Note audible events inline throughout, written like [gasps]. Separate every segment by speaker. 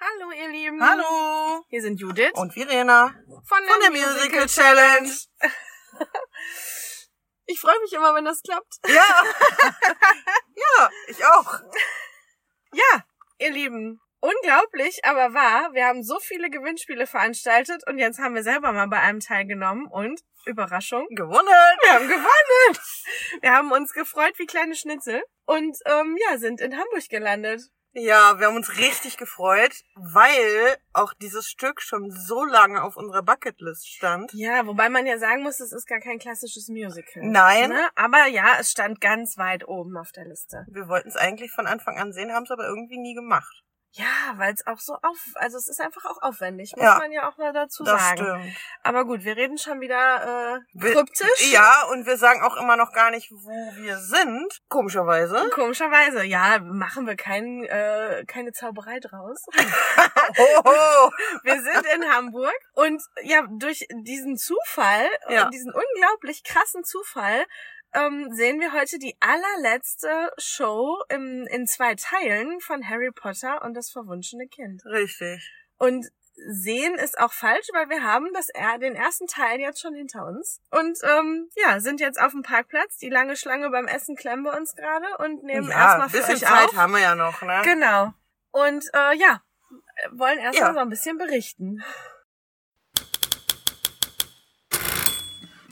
Speaker 1: Hallo, ihr Lieben.
Speaker 2: Hallo!
Speaker 1: Hier sind Judith
Speaker 2: Und Virena
Speaker 1: von
Speaker 2: von der Musical Challenge.
Speaker 1: Ich freue mich immer, wenn das klappt.
Speaker 2: Ja. [laughs] ja, ich auch.
Speaker 1: Ja, ihr Lieben. Unglaublich, aber wahr. Wir haben so viele Gewinnspiele veranstaltet und jetzt haben wir selber mal bei einem teilgenommen und Überraschung.
Speaker 2: Gewonnen.
Speaker 1: Wir haben gewonnen. Wir haben uns gefreut wie kleine Schnitzel und ähm, ja, sind in Hamburg gelandet.
Speaker 2: Ja, wir haben uns richtig gefreut, weil auch dieses Stück schon so lange auf unserer Bucketlist stand.
Speaker 1: Ja, wobei man ja sagen muss, es ist gar kein klassisches Musical.
Speaker 2: Nein.
Speaker 1: Ne? Aber ja, es stand ganz weit oben auf der Liste.
Speaker 2: Wir wollten es eigentlich von Anfang an sehen, haben es aber irgendwie nie gemacht.
Speaker 1: Ja, weil es auch so auf, also es ist einfach auch aufwendig, muss
Speaker 2: Ja.
Speaker 1: man ja auch mal dazu
Speaker 2: das
Speaker 1: sagen.
Speaker 2: stimmt.
Speaker 1: Aber gut, wir reden schon wieder äh,
Speaker 2: Wir-
Speaker 1: kryptisch.
Speaker 2: Ja, und wir sagen auch immer noch gar nicht, wo wir sind.
Speaker 1: [laughs]
Speaker 2: Komischerweise.
Speaker 1: Komischerweise, ja, machen wir kein, äh, keine Zauberei
Speaker 2: [laughs]
Speaker 1: draus.
Speaker 2: Oh, oh.
Speaker 1: Wir sind in Hamburg und ja, durch diesen Zufall,
Speaker 2: Ja.
Speaker 1: äh, diesen unglaublich krassen Zufall, ähm, sehen wir heute die allerletzte Show im, in zwei Teilen von Harry Potter und das verwunschene Kind.
Speaker 2: Richtig.
Speaker 1: Und sehen ist auch falsch, weil wir haben das, er- den ersten Teil jetzt schon hinter uns. Und ähm, ja, sind jetzt auf dem Parkplatz. Die lange Schlange beim Essen klemmen wir uns gerade und nehmen erstmal
Speaker 2: ein
Speaker 1: für
Speaker 2: bisschen
Speaker 1: euch
Speaker 2: Zeit
Speaker 1: auf.
Speaker 2: haben wir ja noch, ne?
Speaker 1: Genau. Und äh, ja, wollen erstmal
Speaker 2: Ja.
Speaker 1: so ein bisschen berichten.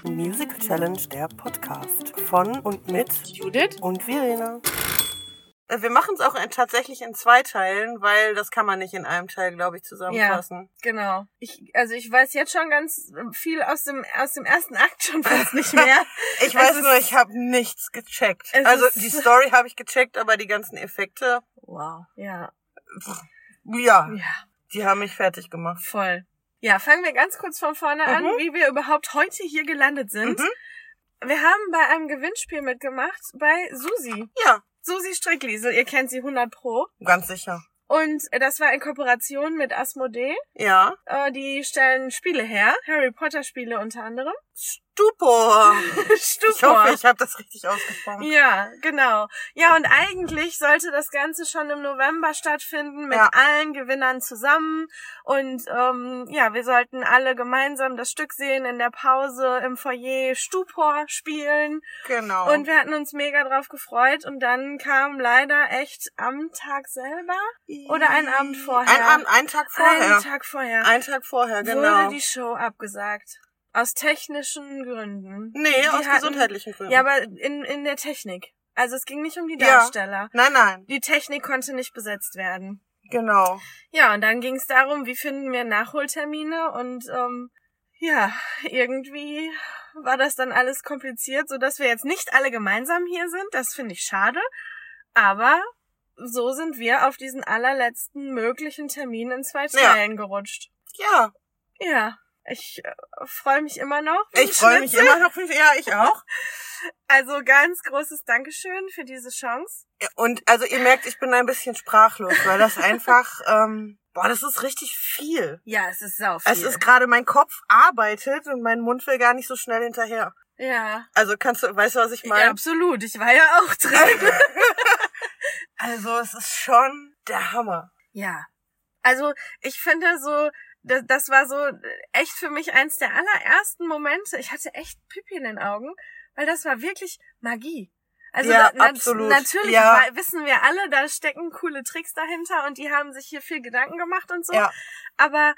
Speaker 2: Musical Challenge, der Podcast von und mit
Speaker 1: Judith?
Speaker 2: und Verena. Äh, Wir machen es auch in, tatsächlich in zwei Teilen, weil das kann man nicht in einem Teil, glaube ich, zusammenfassen.
Speaker 1: Genau. Ich, also ich weiß jetzt schon ganz viel aus dem, aus dem ersten Akt schon fast nicht mehr.
Speaker 2: [laughs]
Speaker 1: Es
Speaker 2: Ich weiß
Speaker 1: ist-
Speaker 2: nur, ich habe nichts gecheckt.
Speaker 1: Es
Speaker 2: Also
Speaker 1: ist-
Speaker 2: die Story habe ich gecheckt, aber die ganzen Effekte,
Speaker 1: Wow. Ja.
Speaker 2: ja,
Speaker 1: Ja.
Speaker 2: die haben mich fertig gemacht.
Speaker 1: Voll. Ja, fangen wir ganz kurz von vorne an,
Speaker 2: Mhm.
Speaker 1: wie wir überhaupt heute hier gelandet sind.
Speaker 2: Mhm.
Speaker 1: Wir haben bei einem Gewinnspiel mitgemacht bei Susi.
Speaker 2: Ja,
Speaker 1: Susi Strickliesel, ihr kennt sie 100 Pro.
Speaker 2: ganz sicher.
Speaker 1: Und äh, das war in Kooperation mit Asmodee.
Speaker 2: Ja.
Speaker 1: Äh, die stellen Spiele her, Harry Potter Spiele unter anderem. [laughs]
Speaker 2: [laughs] Stupor. Ich hoffe,
Speaker 1: Stupor.
Speaker 2: ich habe das richtig ausgesprochen.
Speaker 1: Ja, genau. Ja, und eigentlich sollte das Ganze schon im November stattfinden mit
Speaker 2: Ja.
Speaker 1: allen Gewinnern zusammen. Und ähm, ja, wir sollten alle gemeinsam das Stück sehen in der Pause im Foyer Stupor spielen.
Speaker 2: Genau.
Speaker 1: Und wir hatten uns mega drauf gefreut. Und dann kam leider echt am Tag selber, oder einen Abend vorher.
Speaker 2: Ein Abend, einen Tag vorher.
Speaker 1: einen Tag vorher,
Speaker 2: Einen Tag vorher, genau.
Speaker 1: wurde die Show abgesagt. Aus technischen Gründen.
Speaker 2: Nee,
Speaker 1: Die
Speaker 2: aus
Speaker 1: hatten-
Speaker 2: gesundheitlichen Gründen.
Speaker 1: Ja, aber in, in der Technik. Also es ging nicht um die
Speaker 2: Ja.
Speaker 1: Darsteller.
Speaker 2: nein, nein,
Speaker 1: Die Technik konnte nicht besetzt werden.
Speaker 2: genau.
Speaker 1: Ja, und dann ging es darum, wie finden wir Nachholtermine und ähm, ja, irgendwie war das dann alles kompliziert, so dass wir jetzt nicht alle gemeinsam hier sind. Das finde ich schade. Aber so sind wir auf diesen allerletzten möglichen Termin in zwei
Speaker 2: Ja.
Speaker 1: Teilen gerutscht.
Speaker 2: Ja,
Speaker 1: Ja, ich äh, freue mich immer noch.
Speaker 2: ich freue mich immer noch. Ja, ich auch.
Speaker 1: Also ganz großes Dankeschön für diese Chance.
Speaker 2: Und also ihr merkt, ich bin ein bisschen sprachlos, weil
Speaker 1: [laughs]
Speaker 2: das einfach, ähm, boah, das ist richtig viel.
Speaker 1: Ja, es ist sau viel.
Speaker 2: Es ist gerade, mein Kopf arbeitet und mein Mund will gar nicht so schnell hinterher.
Speaker 1: ja.
Speaker 2: Also kannst du, weißt du, was ich
Speaker 1: ja,
Speaker 2: meine?
Speaker 1: absolut. Ich war ja auch [laughs] drin.
Speaker 2: [laughs] Also es ist schon der Hammer.
Speaker 1: ja. Also ich finde so, das, das war so äh, echt für mich eins der allerersten Momente. Ich hatte echt Pipi in den Augen, weil das war wirklich Magie. Also
Speaker 2: Ja,
Speaker 1: na-
Speaker 2: absolut.
Speaker 1: natürlich
Speaker 2: Ja.
Speaker 1: wei- wissen wir alle, da stecken coole Tricks dahinter und die haben sich hier viel Gedanken gemacht und so.
Speaker 2: Ja,
Speaker 1: Aber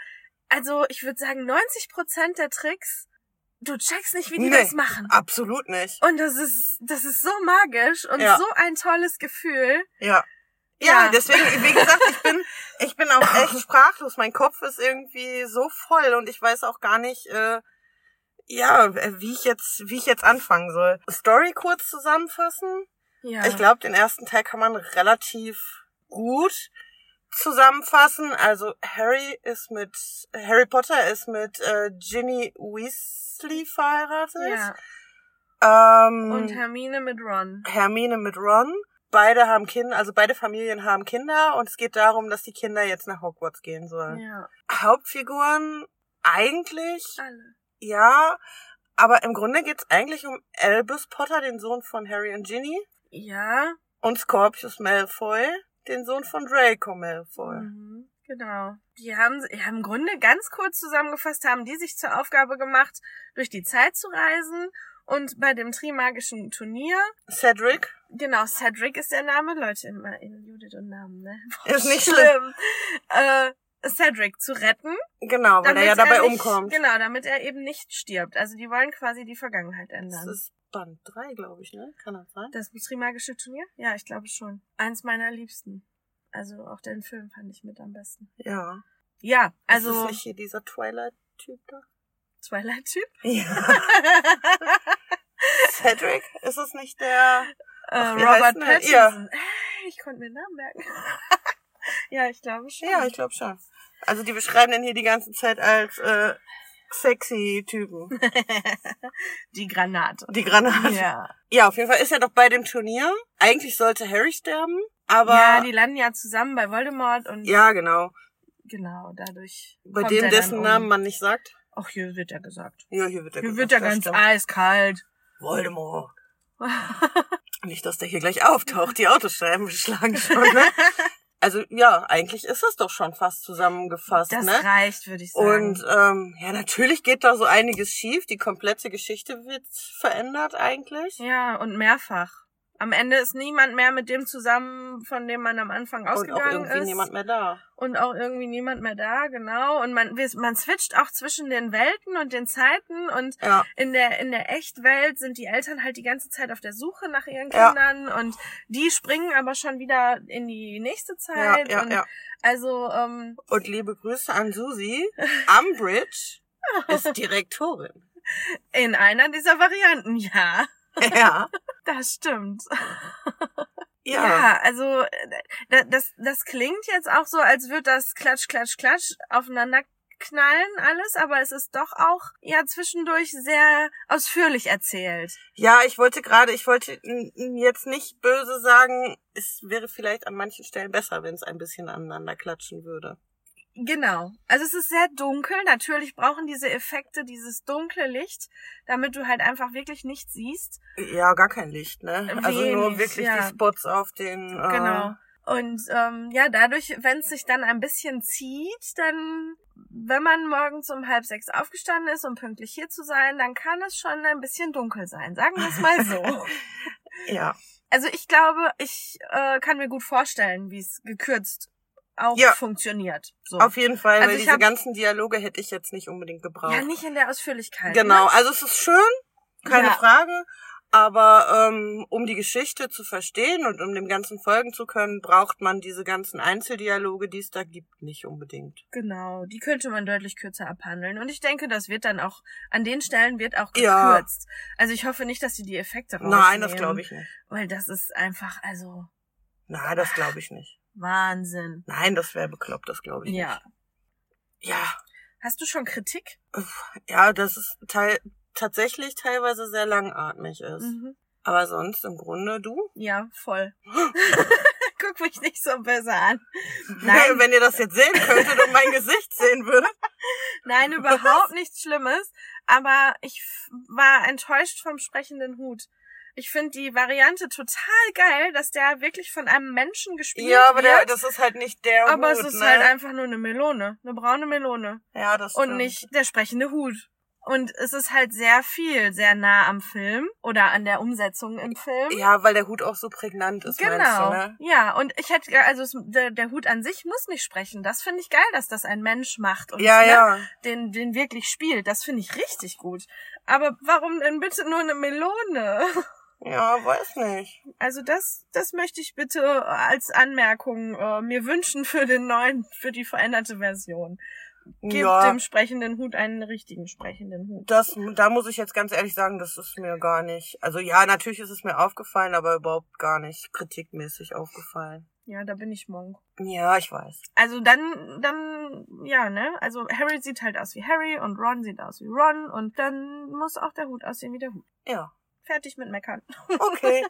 Speaker 1: also ich würde sagen, 90 Prozent der Tricks, du checkst nicht, wie die
Speaker 2: Nee. Ah.
Speaker 1: das machen.
Speaker 2: absolut nicht.
Speaker 1: Und das ist, das ist so magisch und
Speaker 2: Ja.
Speaker 1: so ein tolles Gefühl.
Speaker 2: Ja. Ja,
Speaker 1: Ja.
Speaker 2: deswegen, wie gesagt, ich bin, ich bin auch
Speaker 1: [laughs]
Speaker 2: echt sprachlos. Mein Kopf ist irgendwie so voll und ich weiß auch gar nicht, äh, ja, äh, wie ich jetzt, wie ich jetzt anfangen soll. Story kurz zusammenfassen.
Speaker 1: Ja.
Speaker 2: Ich glaube, den ersten Teil kann man relativ gut zusammenfassen. Also Harry ist mit Harry Potter ist mit äh, Ginny Weasley verheiratet.
Speaker 1: ja.
Speaker 2: Ähm,
Speaker 1: Und Hermine mit Ron.
Speaker 2: Hermine mit Ron. Beide haben Kinder, also beide Familien haben Kinder und es geht darum, dass die Kinder jetzt nach Hogwarts gehen sollen.
Speaker 1: Ja,
Speaker 2: Hauptfiguren eigentlich,
Speaker 1: alle.
Speaker 2: ja, aber im Grunde geht's eigentlich um Albus Potter, den Sohn von Harry und Ginny,
Speaker 1: Ja.
Speaker 2: und Scorpius Malfoy, den Sohn von Draco Malfoy.
Speaker 1: Mhm. Genau. Die haben, ja, im Grunde ganz kurz zusammengefasst, haben die sich zur Aufgabe gemacht, durch die Zeit zu reisen und bei dem Trimagischen Turnier,
Speaker 2: Cedric
Speaker 1: genau, Cedric ist der Name, Leute, immer in Judith und Namen, ne? [laughs]
Speaker 2: ist nicht schlimm.
Speaker 1: Äh, Cedric zu retten,
Speaker 2: Genau, weil er ja dabei
Speaker 1: nicht,
Speaker 2: umkommt.
Speaker 1: Genau, damit er eben nicht stirbt. Also die wollen quasi die Vergangenheit
Speaker 2: Das
Speaker 1: ändern.
Speaker 2: ist Band 3, glaube ich, ne? Kann das sein?
Speaker 1: Das Trimagische Turnier? Ja, ich glaube schon. Eins meiner Liebsten. Also auch den Film fand ich mit am besten.
Speaker 2: Ja.
Speaker 1: Ja,
Speaker 2: Ist
Speaker 1: also
Speaker 2: das nicht hier dieser Twilight-Typ da?
Speaker 1: [laughs] Twilight-Typ.
Speaker 2: Ja. [laughs] Cedric? Ist es nicht der...
Speaker 1: äh,
Speaker 2: Ach, wie
Speaker 1: Robert
Speaker 2: heißt denn der?
Speaker 1: Pattinson. Ich konnte mir den Namen merken. [laughs] ja, ich glaube schon.
Speaker 2: Ja, ich glaube schon. Also die beschreiben den hier die ganze Zeit als äh, sexy
Speaker 1: [laughs]
Speaker 2: Typen.
Speaker 1: [laughs] Die Granate.
Speaker 2: Die Granate. Ja.
Speaker 1: Ja.
Speaker 2: auf jeden Fall ist er doch bei dem Turnier. Eigentlich sollte Harry sterben, aber...
Speaker 1: ja, die landen ja zusammen bei Voldemort und
Speaker 2: Ja, genau.
Speaker 1: genau, dadurch.
Speaker 2: Bei
Speaker 1: kommt
Speaker 2: dem,
Speaker 1: er dann
Speaker 2: dessen
Speaker 1: um.
Speaker 2: Namen man nicht sagt.
Speaker 1: Ach, hier wird er gesagt.
Speaker 2: Ja, hier wird er
Speaker 1: Hier
Speaker 2: gesagt,
Speaker 1: wird er
Speaker 2: das
Speaker 1: ganz
Speaker 2: stimmt.
Speaker 1: eiskalt.
Speaker 2: Voldemort. Nicht, dass der hier gleich auftaucht. Die Autoscheiben beschlagen schon,
Speaker 1: [laughs]
Speaker 2: ne? Also ja, eigentlich ist das doch schon fast zusammengefasst,
Speaker 1: Das
Speaker 2: ne?
Speaker 1: reicht, würde ich sagen.
Speaker 2: Und ähm, ja, natürlich geht da so einiges schief. Die komplette Geschichte wird verändert eigentlich.
Speaker 1: ja, und mehrfach. Am Ende ist niemand mehr mit dem zusammen, von dem man am Anfang
Speaker 2: Und auch
Speaker 1: ausgegangen
Speaker 2: irgendwie
Speaker 1: ist.
Speaker 2: niemand mehr da.
Speaker 1: Und auch irgendwie niemand mehr da, genau. Und man, wir- man switcht auch zwischen den Welten und den Zeiten. Und
Speaker 2: Ja,
Speaker 1: in der, in der Echtwelt sind die Eltern halt die ganze Zeit auf der Suche nach ihren
Speaker 2: Ja.
Speaker 1: Kindern. Und die springen aber schon wieder in die nächste
Speaker 2: ja,
Speaker 1: Zeit.
Speaker 2: ja,
Speaker 1: und
Speaker 2: ja.
Speaker 1: Also, ähm,
Speaker 2: Und liebe Grüße
Speaker 1: [laughs]
Speaker 2: an Susi. Umbridge ist Direktorin.
Speaker 1: in einer dieser Varianten, [laughs] ja.
Speaker 2: Ja.
Speaker 1: Das stimmt. Ja,
Speaker 2: Ja.
Speaker 1: also äh, da- das, das klingt jetzt auch so, als würde das klatsch, klatsch, klatsch aufeinander knallen alles, aber es ist doch auch ja zwischendurch sehr ausführlich erzählt.
Speaker 2: Ja, ich wollte gerade, ich wollte n- n- jetzt nicht böse sagen, es wäre vielleicht an manchen Stellen besser, wenn es ein bisschen aneinander klatschen würde.
Speaker 1: Genau. Also es ist sehr dunkel. Natürlich brauchen diese Effekte dieses dunkle Licht, damit du halt einfach wirklich nichts siehst.
Speaker 2: Ja, gar kein Licht, ne? also nur
Speaker 1: Wenig,
Speaker 2: wirklich
Speaker 1: ja.
Speaker 2: die Spots auf den. Äh,
Speaker 1: Genau. Und ähm, ja, dadurch, wenn es sich dann ein bisschen zieht, dann, wenn man morgens um halb sechs aufgestanden ist, um pünktlich hier zu sein, dann kann es schon ein bisschen dunkel sein. Sagen wir es mal
Speaker 2: [laughs]
Speaker 1: so.
Speaker 2: Ja.
Speaker 1: also ich glaube, ich äh, kann mir gut vorstellen, wie es gekürzt auch
Speaker 2: Ja.
Speaker 1: funktioniert. So.
Speaker 2: Auf jeden Fall,
Speaker 1: Also
Speaker 2: weil
Speaker 1: ich
Speaker 2: diese
Speaker 1: hab-
Speaker 2: ganzen Dialoge hätte ich jetzt nicht unbedingt gebraucht.
Speaker 1: ja, nicht in der Ausführlichkeit.
Speaker 2: genau,
Speaker 1: Ne?
Speaker 2: also es ist schön, keine
Speaker 1: Ja.
Speaker 2: Frage. Aber ähm, um die Geschichte zu verstehen und um dem Ganzen folgen zu können, braucht man diese ganzen Einzeldialoge, die es da gibt, nicht unbedingt.
Speaker 1: Genau, die könnte man deutlich kürzer abhandeln. Und ich denke, das wird dann auch, an den Stellen wird auch
Speaker 2: Ja.
Speaker 1: gekürzt. Also ich hoffe nicht, dass sie die Effekte rausnehmen.
Speaker 2: Nein, das glaube ich nicht.
Speaker 1: Weil das ist einfach, also
Speaker 2: Nein, das glaube ich nicht.
Speaker 1: Wahnsinn.
Speaker 2: Nein, das wäre bekloppt, das glaube ich
Speaker 1: Ja.
Speaker 2: nicht. Ja,
Speaker 1: Hast du schon Kritik?
Speaker 2: ja, dass es teil tatsächlich teilweise sehr langatmig ist.
Speaker 1: Mhm.
Speaker 2: Aber sonst im Grunde du.
Speaker 1: Ja,
Speaker 2: [gasps]
Speaker 1: voll. [laughs] Guck mich nicht so böse
Speaker 2: [laughs]
Speaker 1: an.
Speaker 2: Nein.
Speaker 1: Nein.
Speaker 2: Wenn ihr das jetzt sehen könntet und mein Gesicht sehen
Speaker 1: [laughs]
Speaker 2: würdet.
Speaker 1: Nein, überhaupt nichts Schlimmes. Aber ich f- war enttäuscht vom sprechenden Hut. Ich finde die Variante total geil, dass der wirklich von einem Menschen gespielt
Speaker 2: Ja, aber der,
Speaker 1: wird.
Speaker 2: das ist halt nicht der
Speaker 1: aber
Speaker 2: Hut,
Speaker 1: es ist
Speaker 2: ne?
Speaker 1: halt einfach nur eine Melone, eine braune Melone
Speaker 2: ja, das
Speaker 1: und
Speaker 2: stimmt.
Speaker 1: nicht der sprechende Hut. Und es ist halt sehr viel, sehr nah am Film oder an der Umsetzung im Film. Genau.
Speaker 2: Ja, weil der Hut auch so prägnant ist, meinst du, ne?
Speaker 1: Ja, und ich hätte, ge- also es, der, der Hut an sich muss nicht sprechen. Das finde ich geil, dass das ein Mensch macht und
Speaker 2: Ja,
Speaker 1: ne,
Speaker 2: ja.
Speaker 1: den, den wirklich spielt. Das finde ich richtig gut. Aber warum denn bitte nur eine Melone? [laughs]
Speaker 2: Ja, weiß nicht.
Speaker 1: Also das, das möchte ich bitte als Anmerkung äh, mir wünschen für den neuen, für die veränderte Version. Gib
Speaker 2: ja,
Speaker 1: dem sprechenden Hut einen richtigen sprechenden Hut.
Speaker 2: das, da muss ich jetzt ganz ehrlich sagen, das ist mir gar nicht. Also ja, natürlich ist es mir aufgefallen, aber überhaupt gar nicht kritikmäßig aufgefallen.
Speaker 1: Ja, da bin ich Monk.
Speaker 2: Ja, ich weiß.
Speaker 1: Also dann, dann, ja, ne? Also Harry sieht halt aus wie Harry und Ron sieht aus wie Ron und dann muss auch der Hut aussehen wie der Hut.
Speaker 2: Ja.
Speaker 1: Fertig mit Meckern. [laughs]
Speaker 2: Okay.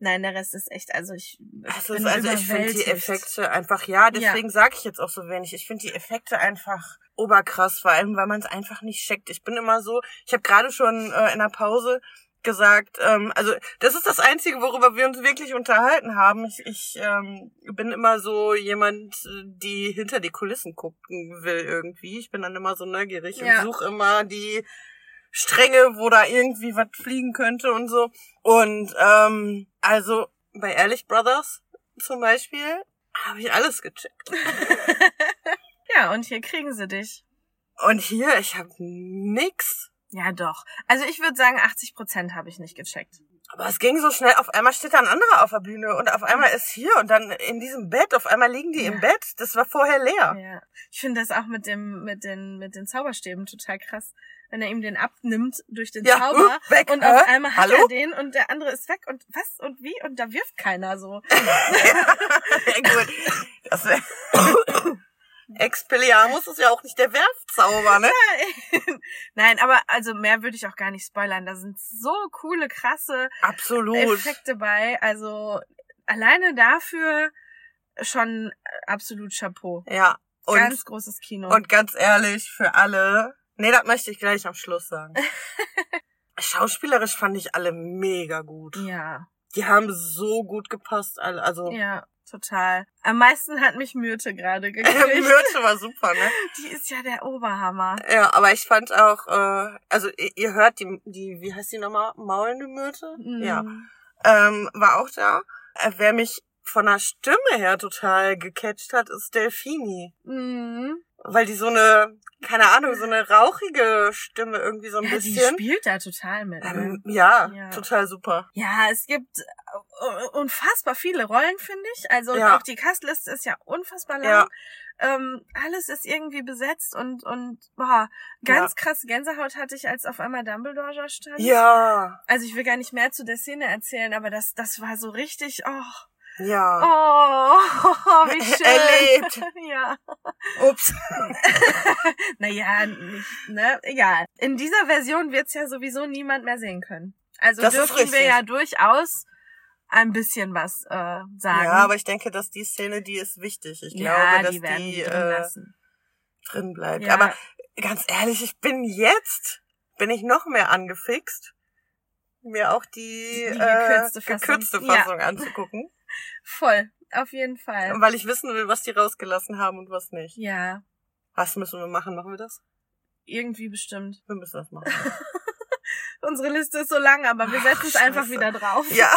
Speaker 1: Nein, der Rest ist echt, also ich. [laughs]
Speaker 2: Das
Speaker 1: bin
Speaker 2: ist, also ich finde die
Speaker 1: überwältigt.
Speaker 2: Effekte einfach, ja, deswegen sage ich jetzt auch so wenig. Ich finde die Effekte einfach oberkrass, vor allem, weil man es einfach nicht checkt. Ich bin immer so, ich habe gerade schon äh, in der Pause gesagt, ähm, also das ist das Einzige, worüber wir uns wirklich unterhalten haben. Ich, ich ähm, bin immer so jemand, äh, die hinter die Kulissen gucken will irgendwie. Ich bin dann immer so neugierig
Speaker 1: Ja.
Speaker 2: und suche immer die Stränge, wo da irgendwie was fliegen könnte und so. Und ähm, also bei Ehrlich Brothers zum Beispiel habe ich alles gecheckt.
Speaker 1: Ja, und hier kriegen sie dich.
Speaker 2: Und hier, ich habe nix.
Speaker 1: Ja, doch. Also ich würde sagen, 80 Prozent habe ich nicht gecheckt.
Speaker 2: Aber es ging so schnell. Auf einmal steht da ein anderer auf der Bühne und auf einmal ist hier und dann in diesem Bett. Auf einmal liegen die
Speaker 1: Ja.
Speaker 2: im Bett. Das war vorher leer.
Speaker 1: Ja. Ich finde das auch mit dem, mit den, mit den Zauberstäben total krass. Wenn er ihm den abnimmt durch den
Speaker 2: Ja,
Speaker 1: Zauber
Speaker 2: uh, weg,
Speaker 1: und
Speaker 2: hä?
Speaker 1: auf einmal hat
Speaker 2: Hallo?
Speaker 1: er den und der andere ist weg und was und wie und da wirft keiner so.
Speaker 2: [laughs] ja, gut. Das wär [coughs] Expelliarmus ist ja auch nicht der
Speaker 1: [laughs]
Speaker 2: Werfzauber, ne?
Speaker 1: Nein, aber also mehr würde ich auch gar nicht spoilern. Da sind so coole, krasse
Speaker 2: Absolut.
Speaker 1: Effekte bei. Also alleine dafür schon absolut Chapeau.
Speaker 2: Ja. Und
Speaker 1: Ganz genau. großes Kino.
Speaker 2: Und ganz ehrlich, für alle. Nee, das möchte ich gleich am
Speaker 1: [laughs]
Speaker 2: Schluss sagen. Schauspielerisch fand ich alle mega gut.
Speaker 1: ja,
Speaker 2: Die haben so gut gepasst, alle. Also,
Speaker 1: ja, total. Am meisten hat mich Myrte gerade gekriegt.
Speaker 2: [laughs] Mürte war super, ne?
Speaker 1: Die ist ja der Oberhammer.
Speaker 2: Ja, aber ich fand auch, äh, also ihr, ihr hört die, die, wie heißt die nochmal? Maulende Myrte? Ja.
Speaker 1: Mm.
Speaker 2: Ähm, war auch da. Äh, wer mich von der Stimme her total gecatcht hat, ist Delfini.
Speaker 1: Mm.
Speaker 2: Weil die so eine, keine Ahnung, so eine rauchige Stimme irgendwie so ein
Speaker 1: Ja, die
Speaker 2: bisschen.
Speaker 1: spielt da total mit. ne?
Speaker 2: Ähm, ja,
Speaker 1: Ja.
Speaker 2: total super.
Speaker 1: Ja, es gibt äh, unfassbar viele Rollen, finde ich. Also
Speaker 2: Ja.
Speaker 1: auch die Castliste ist ja unfassbar lang.
Speaker 2: Ja.
Speaker 1: Ähm, alles ist irgendwie besetzt und und boah, ganz krasse Gänsehaut hatte ich, als auf einmal Dumbledore da stand.
Speaker 2: Ja,
Speaker 1: Also ich will gar nicht mehr zu der Szene erzählen, aber das das war so richtig. Oh, oh, [laughs]
Speaker 2: ja.
Speaker 1: wie schön.
Speaker 2: Erlebt.
Speaker 1: [laughs] ja. Oh,
Speaker 2: Ups.
Speaker 1: Naja, nicht, ne? Egal. In dieser Version wird's ja sowieso niemand mehr sehen können. Also
Speaker 2: Das ist
Speaker 1: dürfen wir
Speaker 2: richtig.
Speaker 1: ja durchaus ein bisschen was äh, sagen.
Speaker 2: Ja, aber ich denke, dass die Szene, die ist wichtig. Ich glaube,
Speaker 1: ja,
Speaker 2: dass
Speaker 1: die
Speaker 2: die,
Speaker 1: werden die drin
Speaker 2: äh,
Speaker 1: lassen.
Speaker 2: drin bleibt.
Speaker 1: Ja.
Speaker 2: Aber ganz ehrlich, ich bin jetzt, bin ich noch mehr angefixt, mir auch die,
Speaker 1: Die gekürzte
Speaker 2: gekürzte, äh,
Speaker 1: Fassung.
Speaker 2: gekürzte
Speaker 1: Ja. [laughs]
Speaker 2: Fassung anzugucken,
Speaker 1: Voll, auf jeden Fall.
Speaker 2: weil ich wissen will, was die rausgelassen haben und was nicht.
Speaker 1: Ja,
Speaker 2: Was müssen wir machen? Machen wir das?
Speaker 1: irgendwie bestimmt.
Speaker 2: Wir müssen
Speaker 1: [laughs]
Speaker 2: das machen.
Speaker 1: Unsere Liste ist so lang, aber wir
Speaker 2: Ach,
Speaker 1: setzen es einfach
Speaker 2: scheiße.
Speaker 1: wieder drauf.
Speaker 2: ja.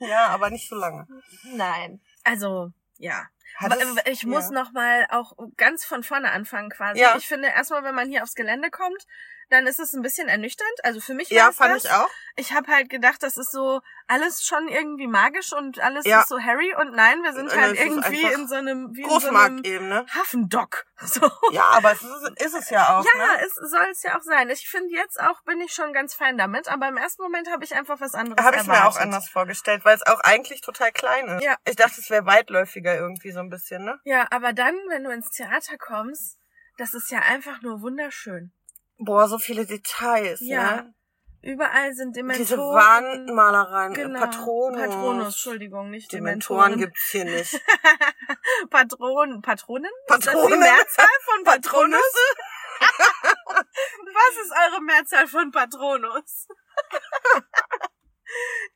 Speaker 2: Ja, aber nicht so lange.
Speaker 1: Nein. Also, ja.
Speaker 2: Hat
Speaker 1: Aber,
Speaker 2: es-
Speaker 1: äh, ich muss
Speaker 2: ja.
Speaker 1: noch mal auch ganz von vorne anfangen quasi.
Speaker 2: Ja.
Speaker 1: Ich finde erstmal, wenn man hier aufs Gelände kommt, dann ist es ein bisschen ernüchternd. Also für mich
Speaker 2: Ja,
Speaker 1: war's
Speaker 2: fand
Speaker 1: das.
Speaker 2: ich auch.
Speaker 1: Ich habe halt gedacht, das ist so alles schon irgendwie magisch und alles
Speaker 2: Ja.
Speaker 1: ist so Harry und nein, wir sind
Speaker 2: Nein,
Speaker 1: halt
Speaker 2: es ist
Speaker 1: irgendwie
Speaker 2: einfach
Speaker 1: in so einem wie in so einem
Speaker 2: Großmarkt
Speaker 1: [laughs]
Speaker 2: eben, ne?
Speaker 1: Hafendock. So.
Speaker 2: Ja, aber es ist, ist es ja auch.
Speaker 1: Ja,
Speaker 2: ne?
Speaker 1: es soll es ja auch sein. Ich finde jetzt auch bin ich schon ganz fein damit, aber im ersten Moment habe ich einfach was anderes
Speaker 2: Habe ich
Speaker 1: erwartet.
Speaker 2: mir auch anders vorgestellt, weil es auch eigentlich total klein ist.
Speaker 1: Ja.
Speaker 2: Ich dachte, es wäre weitläufiger irgendwie so ein bisschen, ne?
Speaker 1: Ja, aber dann, wenn du ins Theater kommst, das ist ja einfach nur wunderschön.
Speaker 2: Boah, so viele Details,
Speaker 1: Ja.
Speaker 2: ne?
Speaker 1: Überall sind Dementoren.
Speaker 2: Diese Wandmalereien, äh,
Speaker 1: genau.
Speaker 2: Patronus.
Speaker 1: Patronus, Entschuldigung, nicht [laughs]
Speaker 2: Dementoren
Speaker 1: Dementoren.
Speaker 2: gibt's hier nicht.
Speaker 1: Patronen, Patronen? Ist das die
Speaker 2: Patronen?
Speaker 1: Mehrzahl
Speaker 2: [laughs]
Speaker 1: von Patronus?
Speaker 2: Patronus?
Speaker 1: Was ist eure Mehrzahl von Patronus? [laughs]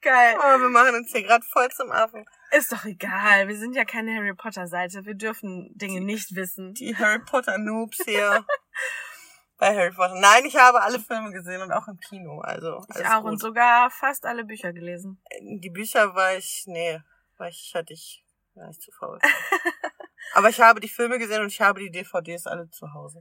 Speaker 1: Geil.
Speaker 2: Oh, wir machen uns hier gerade voll zum Affen.
Speaker 1: Ist doch egal. Wir sind ja keine Harry Potter Seite. Wir dürfen Dinge nicht wissen.
Speaker 2: Die Harry Potter Noobs
Speaker 1: [laughs]
Speaker 2: hier. Bei Harry Potter. Nein, ich habe alle Filme gesehen und auch im Kino, also.
Speaker 1: Ich
Speaker 2: alles
Speaker 1: auch
Speaker 2: gut.
Speaker 1: und sogar fast alle Bücher gelesen.
Speaker 2: Die Bücher war ich, nee, war ich, hatte ich, war ich zu
Speaker 1: [laughs]
Speaker 2: faul. Aber ich habe die Filme gesehen und ich habe die DVDs alle zu Hause.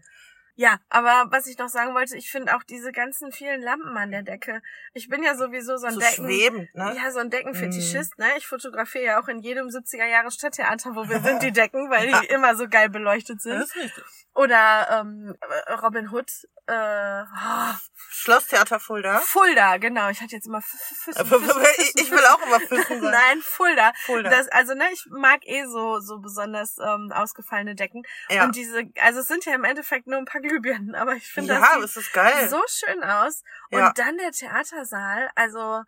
Speaker 1: Ja, aber was ich noch sagen wollte, ich finde auch diese ganzen vielen Lampen an der Decke. Ich bin ja sowieso so ein
Speaker 2: so
Speaker 1: Decken.
Speaker 2: schwebend, ne? Mhm.
Speaker 1: Ja, so ein Deckenfetischist, ne? Ich fotografiere ja auch in jedem 70er Jahre Stadttheater, wo wir sind,
Speaker 2: [laughs]
Speaker 1: die Decken, weil die immer so geil beleuchtet sind.
Speaker 2: ist richtig.
Speaker 1: Oder ähm, Robin Hood, äh, oh,
Speaker 2: Schlosstheater Fulda.
Speaker 1: Fulda, genau. Ich hatte jetzt immer F- F- Füssen, Füssen, Füssen,
Speaker 2: [laughs] Ich will auch immer Füssen sagen.
Speaker 1: Nein, Fulda.
Speaker 2: Fulda.
Speaker 1: Das, also, ne, ich mag eh so, so besonders ähm, ausgefallene Decken.
Speaker 2: ja,
Speaker 1: Und diese, also es sind ja im Endeffekt nur ein paar Glühbirnen, aber ich finde
Speaker 2: ja
Speaker 1: das
Speaker 2: es ist
Speaker 1: sieht
Speaker 2: geil.
Speaker 1: so schön aus. Und
Speaker 2: Ja.
Speaker 1: dann der Theatersaal, also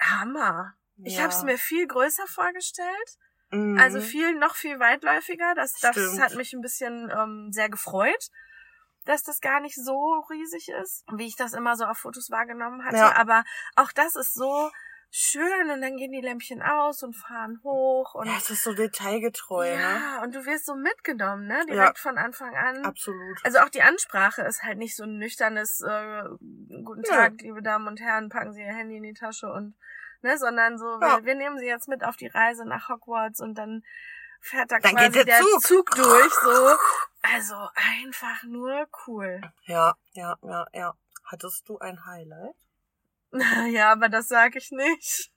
Speaker 1: Hammer. Ich
Speaker 2: ja.
Speaker 1: habe es mir viel größer vorgestellt,
Speaker 2: Mhm.
Speaker 1: also viel noch viel weitläufiger. Das, das
Speaker 2: Stimmt.
Speaker 1: hat mich ein bisschen ähm, sehr gefreut. dass das gar nicht so riesig ist, wie ich das immer so auf Fotos wahrgenommen hatte.
Speaker 2: Ja.
Speaker 1: Aber auch das ist so schön und dann gehen die Lämpchen aus und fahren hoch und
Speaker 2: Ja, es ist so detailgetreu, ne?
Speaker 1: ja, und du wirst so mitgenommen, ne?
Speaker 2: Ja.
Speaker 1: Direkt von Anfang an.
Speaker 2: Absolut.
Speaker 1: Also auch die Ansprache ist halt nicht so ein nüchternes äh, Guten
Speaker 2: Nö.
Speaker 1: Tag, liebe Damen und Herren, packen Sie Ihr Handy in die Tasche und ne, sondern so,
Speaker 2: Ja.
Speaker 1: wir, wir nehmen Sie jetzt mit auf die Reise nach Hogwarts und dann fährt da
Speaker 2: Dann
Speaker 1: quasi
Speaker 2: geht der Zug.
Speaker 1: durch, so. Also einfach nur cool. [laughs]
Speaker 2: Ja, ja, ja, ja. Hattest du ein Highlight?
Speaker 1: ja, aber das sag ich nicht.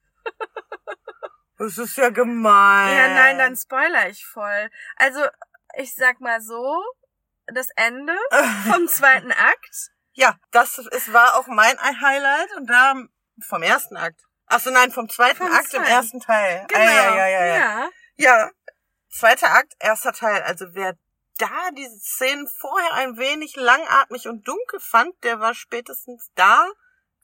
Speaker 2: Das ist ja gemein.
Speaker 1: Ja, nein,
Speaker 2: [laughs]
Speaker 1: dann spoiler ich voll. Also, ich sag mal so, das Ende
Speaker 2: [laughs]
Speaker 1: vom zweiten Akt.
Speaker 2: Ja, das es war auch mein Highlight und da vom ersten Akt. Ach so, nein, vom zweiten
Speaker 1: Vom
Speaker 2: Akt im
Speaker 1: zweiten.
Speaker 2: ersten Teil.
Speaker 1: Genau.
Speaker 2: Ah, ja, ja, ja, ja.
Speaker 1: ja.
Speaker 2: ja, zweiter Akt, erster Teil. Also wer da diese Szenen vorher ein wenig langatmig und dunkel fand, der war spätestens da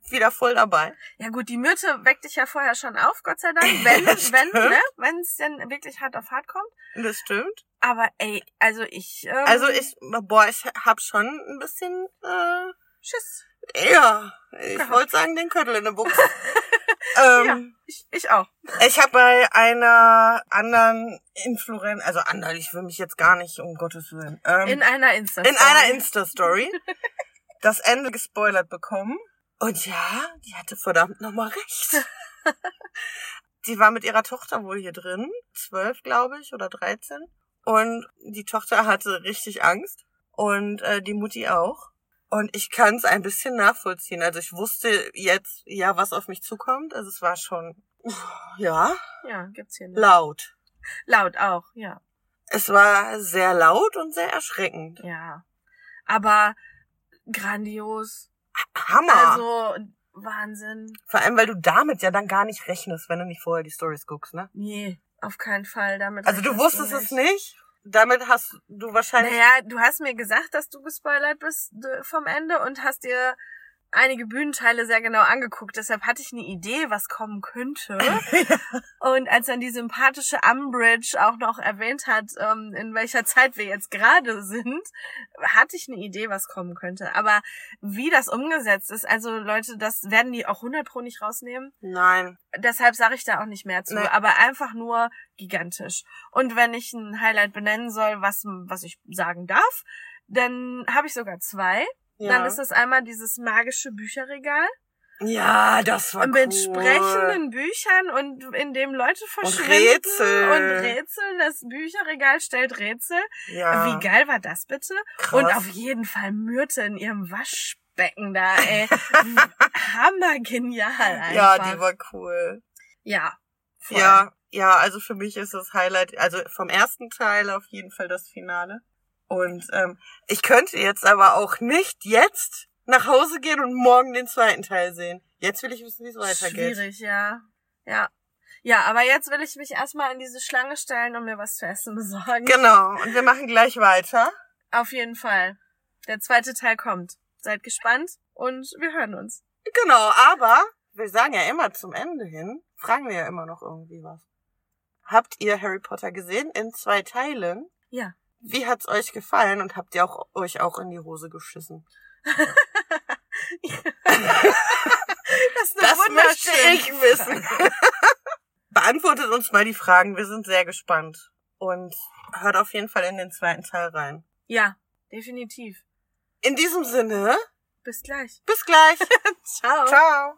Speaker 2: wieder voll dabei.
Speaker 1: Ja gut, die Myrte weckt dich ja vorher schon auf, Gott sei Dank,
Speaker 2: [laughs]
Speaker 1: wenn,
Speaker 2: Stimmt.
Speaker 1: wenn, ne, wenn es denn wirklich hart auf hart kommt.
Speaker 2: Das stimmt.
Speaker 1: Aber ey, also ich, ähm,
Speaker 2: Also ich, boah, ich hab schon ein bisschen, äh,
Speaker 1: tschüss.
Speaker 2: ja, ich
Speaker 1: Gehabt.
Speaker 2: wollte sagen, den Köttel in
Speaker 1: [laughs]
Speaker 2: der Buchse. ähm,
Speaker 1: Ich, ich auch.
Speaker 2: Ich habe bei einer anderen Influencer, also anderen, ich will mich jetzt gar nicht, um Gottes Willen, ähm,
Speaker 1: In
Speaker 2: in,
Speaker 1: einer Insta.
Speaker 2: einer Insta-Story das Ende gespoilert bekommen. Und ja, die hatte verdammt nochmal recht. Die war mit ihrer Tochter wohl hier drin, zwölf glaube ich oder dreizehn. Und die Tochter hatte richtig Angst und äh, die Mutti auch. Und ich kann es ein bisschen nachvollziehen. Also ich wusste jetzt ja, was auf mich zukommt. Also es war schon, ja,
Speaker 1: Ja, gibt's hier nicht.
Speaker 2: laut.
Speaker 1: Laut auch, ja,
Speaker 2: Es war sehr laut und sehr erschreckend.
Speaker 1: ja. Aber grandios.
Speaker 2: Hammer.
Speaker 1: Also Wahnsinn.
Speaker 2: Vor allem, weil du damit ja dann gar nicht rechnest, wenn du nicht vorher die Stories guckst, ne?
Speaker 1: Nee, auf keinen Fall damit.
Speaker 2: Also du
Speaker 1: rechnest
Speaker 2: wusstest es nicht. Damit hast du wahrscheinlich.
Speaker 1: Naja, du hast mir gesagt, dass du gespoilert bist d- vom Ende und hast dir einige Bühnenteile sehr genau angeguckt. Deshalb hatte ich eine Idee, was kommen könnte. und als dann die sympathische Umbridge auch noch erwähnt hat, ähm, in welcher Zeit wir jetzt gerade sind, hatte ich eine Idee, was kommen könnte. Aber wie das umgesetzt ist, also Leute, das werden die auch 100 Pro nicht rausnehmen
Speaker 2: Nein.
Speaker 1: deshalb sage ich da auch nicht mehr zu,
Speaker 2: Nee.
Speaker 1: aber einfach nur gigantisch. Und wenn ich ein Highlight benennen soll, was, was ich sagen darf, dann habe ich sogar zwei.
Speaker 2: Ja,
Speaker 1: Dann ist es einmal dieses magische Bücherregal
Speaker 2: ja das war
Speaker 1: mit
Speaker 2: Ah, cool.
Speaker 1: sprechenden Büchern und in dem Leute verschwinden
Speaker 2: Rätsel.
Speaker 1: und Rätsel. Das Bücherregal stellt Rätsel.
Speaker 2: Ja.
Speaker 1: Wie geil war das bitte?
Speaker 2: krass.
Speaker 1: Und auf
Speaker 2: [laughs]
Speaker 1: jeden Fall Myrte in ihrem Waschbecken da,
Speaker 2: [laughs]
Speaker 1: ey. Hammergenial einfach.
Speaker 2: Ja, die war cool.
Speaker 1: Ja. voll.
Speaker 2: Ja, ja, also für mich ist das Highlight, also vom ersten Teil auf jeden Fall das Finale. Und ähm, ich könnte jetzt aber auch nicht jetzt nach Hause gehen und morgen den zweiten Teil sehen. Jetzt will ich wissen, wie es weitergeht.
Speaker 1: Schwierig, ja. Ja. Ja, aber jetzt will ich mich erstmal in diese Schlange stellen und mir was zu essen besorgen.
Speaker 2: Genau, und wir machen gleich weiter.
Speaker 1: Auf jeden Fall. Der zweite Teil kommt. Seid gespannt und wir hören uns.
Speaker 2: Genau, aber wir sagen ja immer zum Ende hin, fragen wir ja immer noch irgendwie was. Habt ihr Harry Potter gesehen in zwei Teilen?
Speaker 1: Ja. [laughs]
Speaker 2: Wie hat's euch gefallen und habt ihr auch euch auch in die Hose geschissen?
Speaker 1: Das, ist eine
Speaker 2: Das möchte
Speaker 1: wunderschöne
Speaker 2: ich wissen. [laughs]
Speaker 1: Frage.
Speaker 2: Beantwortet uns mal die Fragen, wir sind sehr gespannt. Und hört auf jeden Fall in den zweiten Teil rein.
Speaker 1: Ja, definitiv.
Speaker 2: In diesem Sinne,
Speaker 1: Bis gleich.
Speaker 2: bis gleich.
Speaker 1: Ciao.
Speaker 2: Ciao.